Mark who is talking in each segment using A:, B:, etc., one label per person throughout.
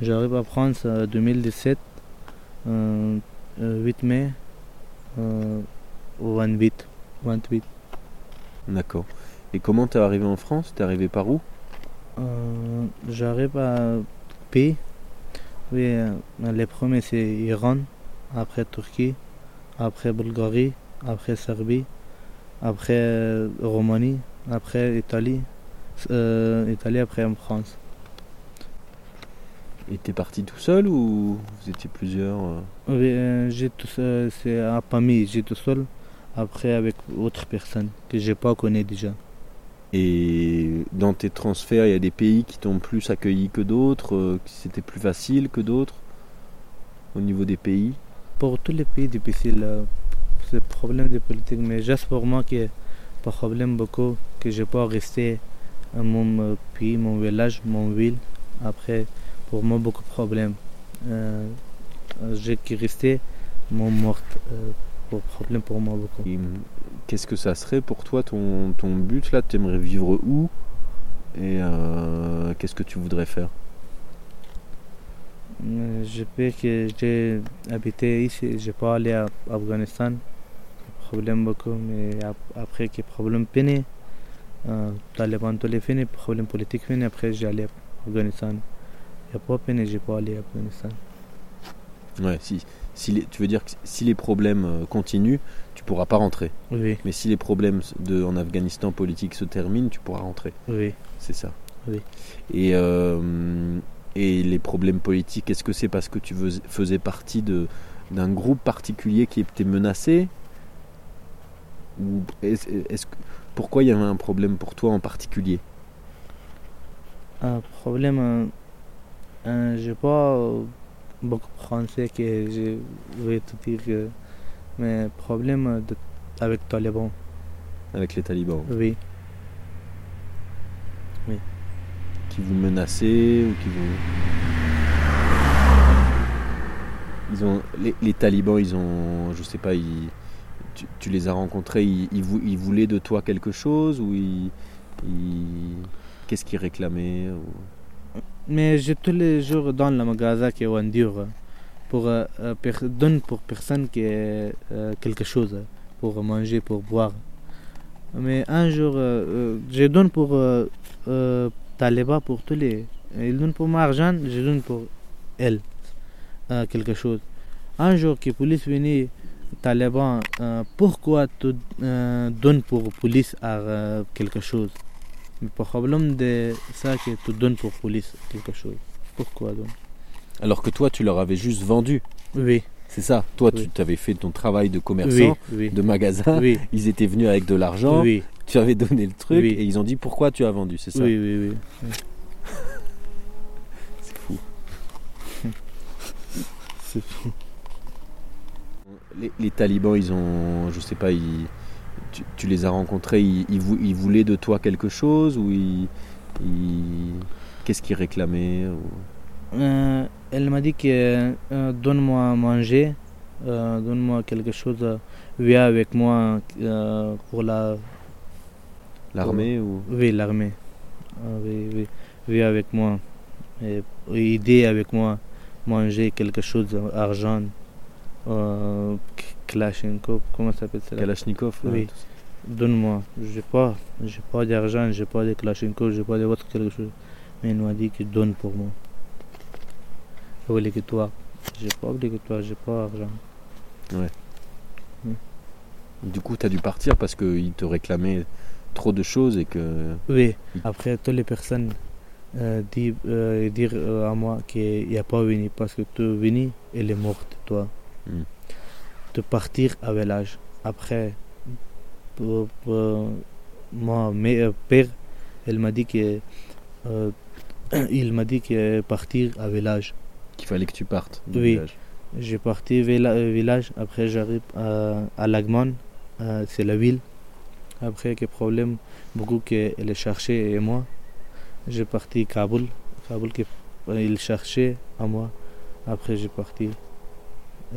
A: J'arrive à France en 2017, euh, euh, 8 mai, euh, au 28. 28.
B: D'accord. Et comment t'es arrivé en France T'es arrivé par où
A: Euh, J'arrive à pays. Oui, euh, les premiers c'est Iran, après Turquie, après Bulgarie, après Serbie, après euh, Roumanie, après Italie, euh, Italie après en France.
B: Et t'es parti tout seul ou vous étiez plusieurs euh
A: Oui, euh, j'ai tout seul, c'est à famille, j'ai tout seul, après avec autre personne que j'ai pas connu déjà.
B: Et dans tes transferts, il y a des pays qui t'ont plus accueilli que d'autres, euh, qui c'était plus facile que d'autres au niveau des pays
A: Pour tous les pays difficiles, euh, c'est problème de politique, mais juste pour moi qui est pas problème beaucoup, que je peux rester à mon euh, pays, mon village, mon ville. Après, pour moi, beaucoup de problèmes. Euh, euh, j'ai qui rester mon mort, euh, pour problème pour moi beaucoup.
B: Et hum, qu'est-ce que ça serait pour toi ton, ton but là T'aimerais vivre où Et euh, qu'est-ce que tu voudrais faire
A: Euh, Je peux que j'ai habité ici, j'ai pas allé à Afghanistan. Problème beaucoup, mais ap- après que problème fini, euh, Taliban tout les fini, problème politique fini, après j'ai allé à Afghanistan. Il n'y a pas fini, j'ai pas allé à Afghanistan.
B: Ouais, si, si les- tu veux dire que si les problèmes euh, continuent, tu pourras pas rentrer.
A: Oui,
B: Mais si les problèmes de, en Afghanistan politique se terminent, tu pourras rentrer.
A: oui.
B: C'est ça.
A: Oui.
B: Et, euh, et les problèmes politiques, est-ce que c'est parce que tu veux- faisais partie de, d'un groupe particulier qui était menacé Ou est-ce, est-ce que- Pourquoi il y avait un problème pour toi en particulier
A: Un problème, euh, euh, j'ai pas euh, beaucoup de français que je vais tout dire, que- mais problème euh, de, avec Taliban,
B: avec les talibans
A: oui.
B: Qui vous menaçaient ou qui vous... Ils ont, les, les talibans, ils ont, je sais pas, ils, tu, tu les as rencontrés, ils, ils, vou- ils voulaient de toi quelque chose ou ils, ils- qu'est-ce qu'ils réclamaient ou-
A: Mais je tous les jours dans le magasin qui est en dur pour euh, euh, per- donne pour personne qui est euh, quelque chose euh, pour manger, pour boire. Mais un jour, euh, euh, je donne pour euh, euh, Taliban, pour tous les. Il donne pour moi argent, je donne pour elle euh, quelque chose. Un jour, que police venait, Taliban, euh, pourquoi tu euh, donnes pour police à euh, quelque chose le problème de ça que tu donnes pour police quelque chose. Pourquoi donc
B: Alors que toi, tu leur avais juste vendu.
A: Oui,
B: C'est ça. Toi,
A: Oui.
B: tu t'avais fait ton travail de
A: oui,
B: commerçant,
A: oui,
B: de magasin.
A: oui,
B: Ils étaient venus avec de l'argent.
A: oui,
B: Tu avais donné le truc
A: Oui.
B: et ils ont dit pourquoi tu as vendu. C'est ça.
A: oui, oui, oui.
B: C'est fou.
A: C'est fou.
B: Les, les talibans, ils ont, je sais pas, ils, tu, tu les as rencontrés, ils, ils vou- ils voulaient de toi quelque chose ou ils, ils- qu'est-ce qu'ils réclamaient ou-
A: Euh, elle m'a dit que euh, donne-moi à manger, euh, donne-moi quelque chose, euh, viens avec moi euh, pour la
B: L'armée ou
A: Oui, l'armée. Ah, oui, oui. Viens avec moi. Et, et aider avec moi. Manger quelque chose, euh, argent. Euh, K- Kalachnikov, comment ça s'appelle ça là
B: Kalachnikov. là,
A: Oui.
B: tout ça.
A: Donne-moi. J'ai pas. J'ai pas d'argent, j'ai pas de Kalachnikov, j'ai pas de autre quelque chose. Mais il m'a dit qu'il donne pour moi. Ah C'est obligatoire. J'ai pas obligatoire, j'ai pas d'argent.
B: Du coup, tu as dû partir parce qu'ils te réclamaient trop de choses et que
A: Oui, après toutes les personnes euh, di- euh, dire euh, à moi qu'il n'y a pas Winnie parce que tu Winnie, elle est morte, toi.
B: Hmm.
A: De partir avec l'âge. Après, pour- pour moi, mes euh, père, elle m'a dit que euh, il m'a dit que partir à village.
B: qu'il fallait que tu partes du
A: Oui.
B: village.
A: J'ai parti villa- euh, village, après j'arrive à, à Lagman, euh, c'est la ville. Après, que problème, beaucoup qu'elle cherchait et moi. J'ai parti Kaboul, Kaboul que- euh, il cherchait à moi. Après, j'ai parti.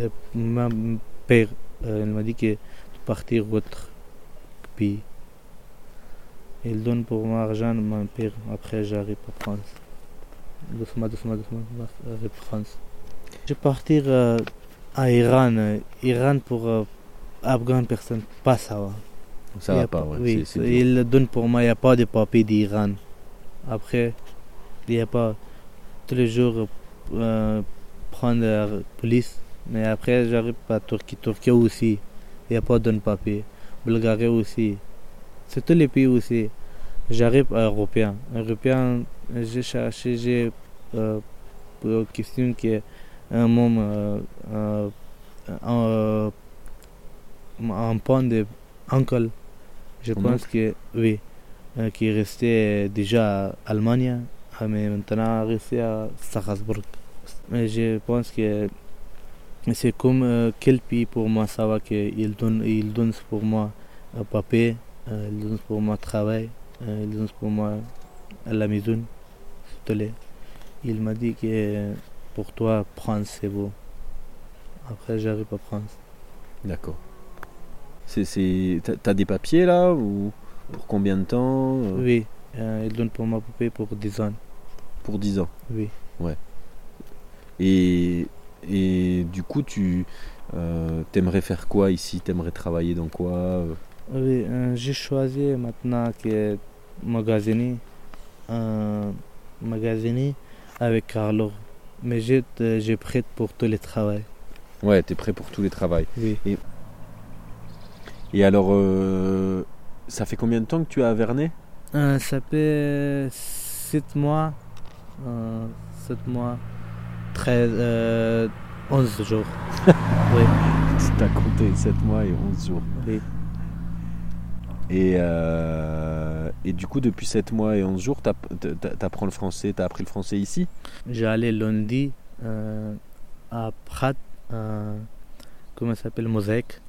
A: Et ma m- père, euh, il m'a dit que de partir autre pays. Il donne pour moi argent, mon père. Après, j'arrive en France. doucement, doucement, doucement, euh, doucement, réponse. Je vais partir euh, à Iran, euh, Iran pour euh, Afghan personne, pas ça. va.
B: Ça
A: Il y
B: va
A: a
B: pas, ouais.
A: Oui,
B: c'est- c'est dur.
A: il le donne pour moi, il n'y a pas de papier d'Iran. Après, il n'y a pas tous les jours euh, prendre la police, mais après j'arrive à Turquie. Turquie aussi, il n'y a pas de papier. Bulgarie aussi. C'est tous les pays aussi. J'arrive à hein. Européen. Européen, j'ai cherché, j'ai euh, pour question que un homme euh, euh, euh, un pan de uncle je
B: Ton
A: pense que oui, euh, qui restait déjà en Allemagne, ah, mais maintenant resté à Strasbourg. Mais je pense que c'est comme euh, quel pays pour moi ça va qu'il donne, il donne pour moi un papier, euh, il donne pour moi travail, euh, il donne pour moi à la maison, s'il te plaît. Il m'a dit que euh, pour toi, prendre c'est beau. Après, j'arrive à prendre.
B: D'accord. C'est, c'est... t'as- T'as des papiers là ou Pour combien de temps euh,
A: Oui, euh, il donne pour moi papier pour 10 ans.
B: Pour 10 ans.
A: Oui.
B: Et, et du coup, tu euh, t'aimerais faire quoi ici T'aimerais travailler dans quoi euh
A: Oui, euh, j'ai choisi maintenant que magasiner, euh, magasiner avec Carlo. Mais j'ai euh, j'ai prête pour tous les travail.
B: Ouais, t'es prêt pour tous les travails.
A: Oui.
B: Et alors, euh, ça fait combien de temps que tu es à Vernet
A: Euh, ça fait 7 mois, euh, 7 mois, 13, euh, 11 jours.
B: T'as compté 7 mois et 11 jours.
A: Oui.
B: Et, euh, et du coup, depuis 7 mois et 11 jours, t'as- t'as- t'apprends le français, t'as appris le français ici
A: J'allais lundi euh, à Prat, euh, comment ça s'appelle, Mosaïque.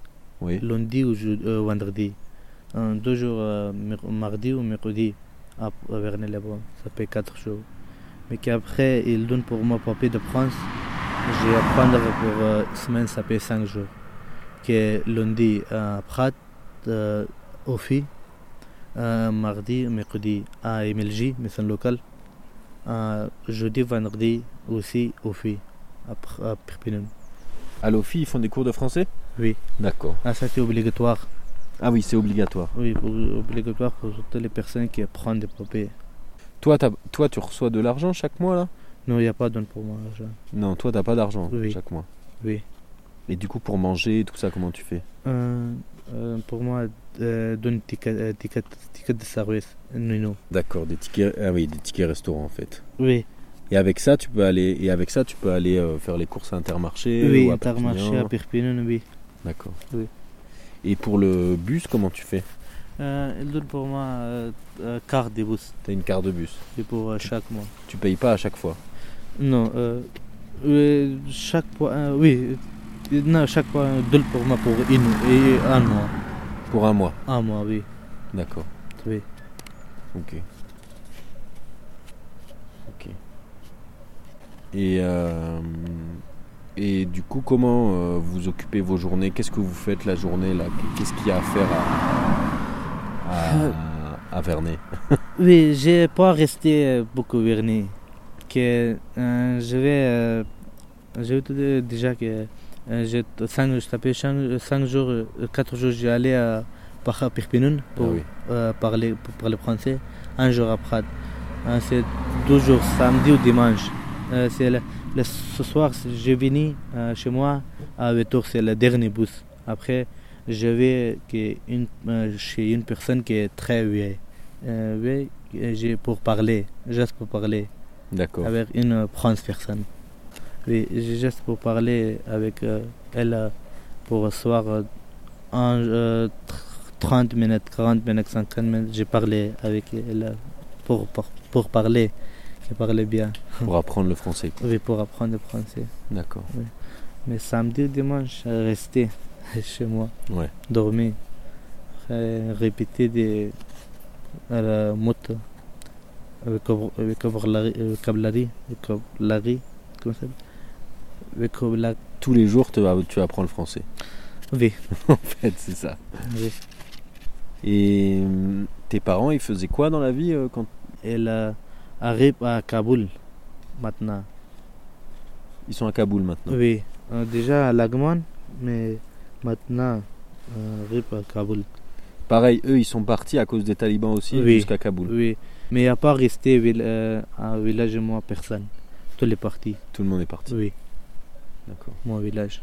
B: Oui.
A: lundi ou jeudi- euh, vendredi. Un, deux jours, euh, mer- mardi ou mercredi, à, à Vernet-les-Bois. Ça fait quatre jours. Mais qu'après, ils donnent pour moi papier de France. Je vais prendre pour euh, semaine, ça fait cinq jours. Que lundi à Prat, euh, au FI, euh, mardi, mercredi à MLJ, mission locale. Euh, jeudi, vendredi aussi au FI, à, Pr- à Perpignan.
B: À l'OFI, ils font des cours de français
A: Oui.
B: D'accord.
A: Ah, ça c'est obligatoire.
B: Ah oui, c'est obligatoire.
A: Oui, pour- obligatoire pour toutes les personnes qui prennent des papiers.
B: Toi, t'as- toi, tu reçois de l'argent chaque mois là
A: Non, il n'y a pas d'un pour moi. je-
B: Non, toi, t'as pas d'argent
A: Oui.
B: chaque mois.
A: Oui.
B: Et du coup, pour manger et tout ça, comment tu fais
A: Euh, euh, pour moi, euh, donne ticket, euh, ticket, ticket de service. Non, non.
B: D'accord, des tickets. Ah oui, des tickets restaurant en fait.
A: Oui,
B: Et avec ça, tu peux aller. Et avec ça, tu peux aller euh, faire les courses à Intermarché.
A: oui,
B: ou à
A: intermarché
B: Perpignan.
A: à Perpignan, oui.
B: D'accord.
A: Oui.
B: Et pour le bus, comment tu fais
A: Euh, il donne pour moi euh, euh, carte de bus
B: T'as une carte de bus.
A: c'est pour euh, chaque mois.
B: Tu payes pas à chaque fois.
A: Non, euh, euh, chaque point, euh, oui, euh, non, chaque point donne pour moi pour une et un mois.
B: Pour un mois.
A: Un mois, oui,
B: D'accord.
A: oui.
B: Ok. Ok. Et euh, et du coup, comment euh, vous occupez vos journées Qu'est-ce que vous faites la journée là Qu'est-ce qu'il y a à faire à à, à Vernet
A: Oui, j'ai pas resté euh, beaucoup verni. Que euh, je vais, euh, je vais te dire déjà que euh, j'ai 5 je tapais 5 jours, 4 jours, j'ai allé à Pacha Perpignan pour
B: Ah oui.
A: euh, parler pour parler français. Un jour à Prat. Euh, c'est deux jours, samedi ou dimanche. Euh, c'est le- le- ce soir, c'est- je finis euh, chez moi à Vetour, c'est le dernier bus. Après, je vais que une, euh, chez une personne qui est très vieille. Euh, vieille, et j'ai pour parler, juste pour parler
B: D'accord.
A: avec une euh, trans personne. Oui, j'ai juste pour parler avec euh, elle euh, pour soir euh, en, euh, tr- 30 minutes, 40 minutes, 50 minutes. J'ai parlé avec elle euh, pour, pour, pour parler. J'ai parlé bien.
B: Pour apprendre le français.
A: Oui, pour apprendre le français.
B: D'accord.
A: Mais samedi ou dimanche, euh, rester chez moi,
B: Ouais.
A: dormir, euh, répéter des à la moto avec cov- avec covlari- euh, câblerie, avec covlari, comment ça s'appelle Avec covla-
B: Tous les jours, te- tu apprends le français.
A: Oui,
B: en fait, c'est ça.
A: oui.
B: Et euh, tes parents, ils faiient quoi dans la vie euh, quand
A: Elle euh, arrive à Kaboul. maintenant.
B: Ils sont à Kaboul maintenant.
A: Oui, euh, déjà à Lagman, mais maintenant, euh, RIP à Kaboul.
B: Pareil, eux, ils sont partis à cause des talibans aussi
A: Oui.
B: jusqu'à Kaboul.
A: Oui, mais à part rester vil- euh, à village, moi, personne. Tous les partis.
B: Tout le monde est parti.
A: Oui,
B: D'accord.
A: mon village.